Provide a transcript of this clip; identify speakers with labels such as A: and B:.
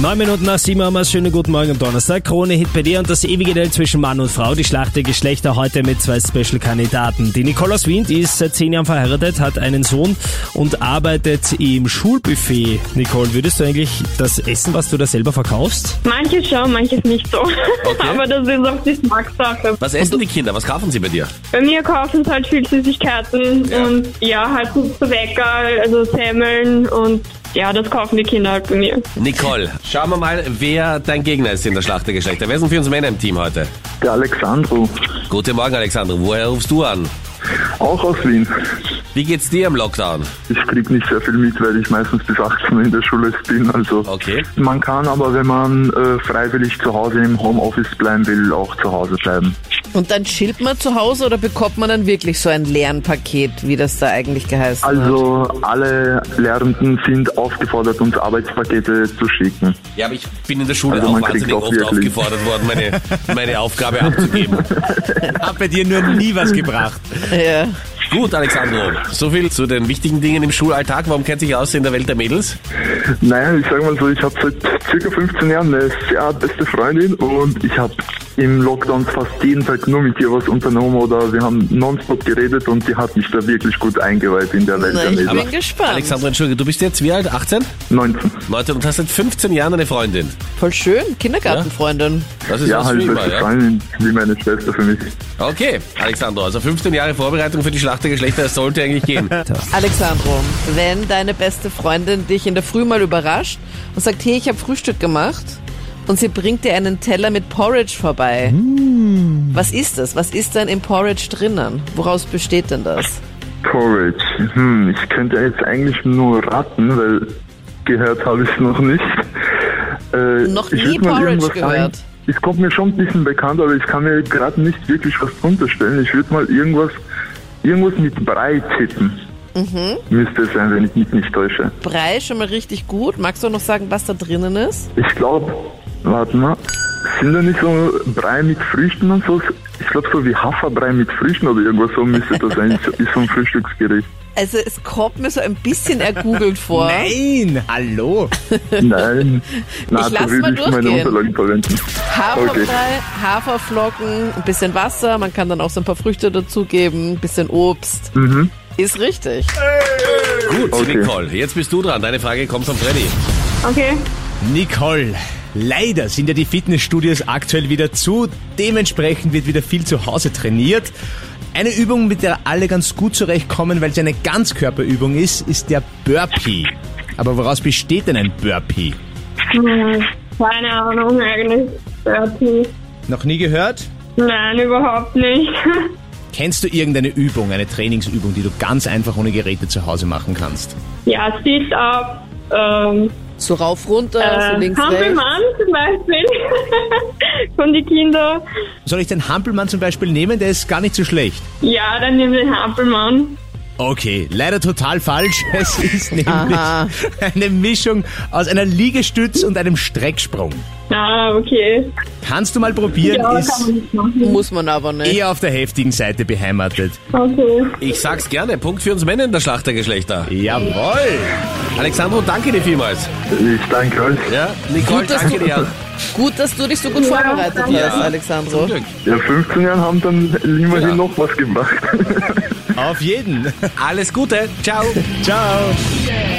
A: Neun Minuten nach sieben haben wir schönen guten Morgen am Donnerstag. Krone Hit bei dir und das ewige Duell zwischen Mann und Frau. Die Schlacht der Geschlechter heute mit zwei Special-Kandidaten. Die Nicole aus Wien, die ist seit zehn Jahren verheiratet, hat einen Sohn und arbeitet im Schulbuffet. Nicole, würdest du eigentlich das Essen, was du da selber verkaufst?
B: Manches schon, manches nicht so. Aber das ist auch die Geschmackssache.
C: Was essen die Kinder? Was kaufen sie bei dir?
B: Bei mir kaufen sie halt viel Süßigkeiten
C: Ja.
B: und ja, halt so Bäcker, also Semmeln und ja, das kaufen die Kinder halt bei mir.
C: Nicole, schauen wir mal, wer dein Gegner ist in der Schlacht der Geschlechter. Wer sind für uns Männer im Team heute?
D: Der Alexandro,
C: Guten Morgen, Alexander. Woher rufst du an?
D: auch aus Wien.
C: Wie geht's dir im Lockdown?
D: Ich kriege nicht sehr viel mit, weil ich meistens bis 18 Uhr in der Schule bin. Also
C: Okay.
D: man kann aber, wenn man äh, freiwillig zu Hause im Homeoffice bleiben will, auch zu Hause bleiben.
E: Und dann chillt man zu Hause oder bekommt man dann wirklich so ein Lernpaket, wie das da eigentlich geheißen hat?
D: Also alle Lehrenden sind aufgefordert, uns Arbeitspakete zu schicken.
C: Ja, aber ich bin in der Schule
D: Also
C: auch
D: man kriegt
C: wahnsinnig
D: auch
C: oft
D: wirklich.
C: aufgefordert worden, meine, meine Aufgabe abzugeben.
A: Hat bei dir nur nie was gebracht.
E: Ja.
C: Gut, Alexandro. So viel zu den wichtigen Dingen im Schulalltag. Warum kennt sich aus in der Welt der Mädels?
D: Naja, ich sag mal so, ich habe seit circa 15 Jahren eine sehr beste Freundin und ich habe im Lockdown fast jeden Tag nur mit ihr was unternommen oder wir haben nonstop geredet und die hat mich da wirklich gut eingeweiht in der Welt
E: Na,
D: der
E: ich
D: Medien.
E: bin gespannt.
C: Alexandro, entschuldige, du bist jetzt wie alt? 18?
D: 19.
C: 19 und hast seit 15 Jahren eine Freundin.
E: Voll schön, Kindergartenfreundin.
C: Das ist
D: Ja,
C: was
D: halt
C: für immer,
D: beste
C: ja?
D: Freundin, wie meine Schwester für mich.
C: Okay, Alexandro, also 15 Jahre Vorbereitung für die Schlacht der Geschlechter, das sollte eigentlich gehen.
E: Alexandro, wenn deine beste Freundin dich in der Früh mal überrascht und sagt, hey, ich habe Frühstück gemacht und sie bringt dir einen Teller mit Porridge vorbei.
D: Hm.
E: Was ist das? Was ist denn im Porridge drinnen? Woraus besteht denn das?
D: Porridge. Hm, ich könnte jetzt eigentlich nur raten, weil gehört habe ich es noch nicht. Äh,
E: Noch
D: ich
E: nie
D: würd mal
E: Porridge
D: irgendwas
E: gehört.
D: Sagen. Es kommt mir schon ein bisschen bekannt, aber ich kann mir gerade nicht wirklich was drunter stellen. Ich würde mal irgendwas, irgendwas mit Brei tippen.
E: Mhm.
D: Müsste es sein, wenn ich mich nicht täusche.
E: Brei schon mal richtig gut. Magst du noch sagen, was da drinnen ist?
D: Ich glaube, warte mal, sind da nicht so Brei mit Früchten und so? Ich glaube, so wie Haferbrei mit Früchten oder irgendwas so müsste das sein. Ist so- Ist so ein Frühstücksgericht.
E: Also es kommt mir so ein bisschen ergoogelt vor.
A: Nein, hallo.
D: Nein, na,
E: Ich lass
D: da würde
E: mal
D: ich meine
E: durchgehen.
D: Unterlagen verwenden.
E: Haferbrei,
D: Okay.
E: Haferflocken, ein bisschen Wasser, man kann dann auch so ein paar Früchte dazugeben, ein bisschen Obst. Ist richtig.
C: Gut,
D: Okay.
C: Nicole, jetzt bist du dran. Deine Frage kommt von Freddy.
B: Okay?
A: Nicole, leider sind ja die Fitnessstudios aktuell wieder zu. Dementsprechend wird wieder viel zu Hause trainiert. Eine Übung, mit der alle ganz gut zurechtkommen, weil sie eine Ganzkörperübung ist, ist der Burpee. Aber woraus besteht denn ein Burpee?
B: Hm, Keine Ahnung, eigentlich. Dirty.
A: Noch nie gehört?
B: Nein, überhaupt nicht.
A: Kennst du irgendeine Übung, eine Trainingsübung, die du ganz einfach ohne Geräte zu Hause machen kannst?
B: Ja, Sit-Up, ähm,
E: So rauf, runter, so
B: äh,
E: links, rechts.
B: Hampelmann zum Beispiel. Von die Kinder.
A: Soll ich den Hampelmann zum Beispiel nehmen? Der ist gar nicht so schlecht.
B: Ja, dann nehmen wir den Hampelmann.
A: Okay, leider total falsch. Es ist nämlich
E: Aha.
A: eine Mischung aus einer Liegestütz und einem Strecksprung.
B: Ah, okay.
A: Kannst du mal probieren,
B: Ja, kann man
A: ist
B: nicht machen.
E: Muss man aber nicht.
A: eher auf der heftigen Seite beheimatet.
B: Okay.
C: Ich sag's gerne, Punkt für uns Männer in der Schlacht der Geschlechter.
A: Jawohl!
C: Alexandro, danke dir vielmals.
D: Ich danke euch.
C: Ja, Nicole,
E: Gut, dass
C: danke
E: du-
C: dir.
E: Gut, dass du dich so gut vorbereitet
B: danke.
E: hast, Alexandro.
C: Glück.
D: Ja, 15 Jahre haben dann immerhin
C: Ja.
D: noch was gebracht.
A: Auf jeden!
C: Alles Gute, ciao.
A: Ciao!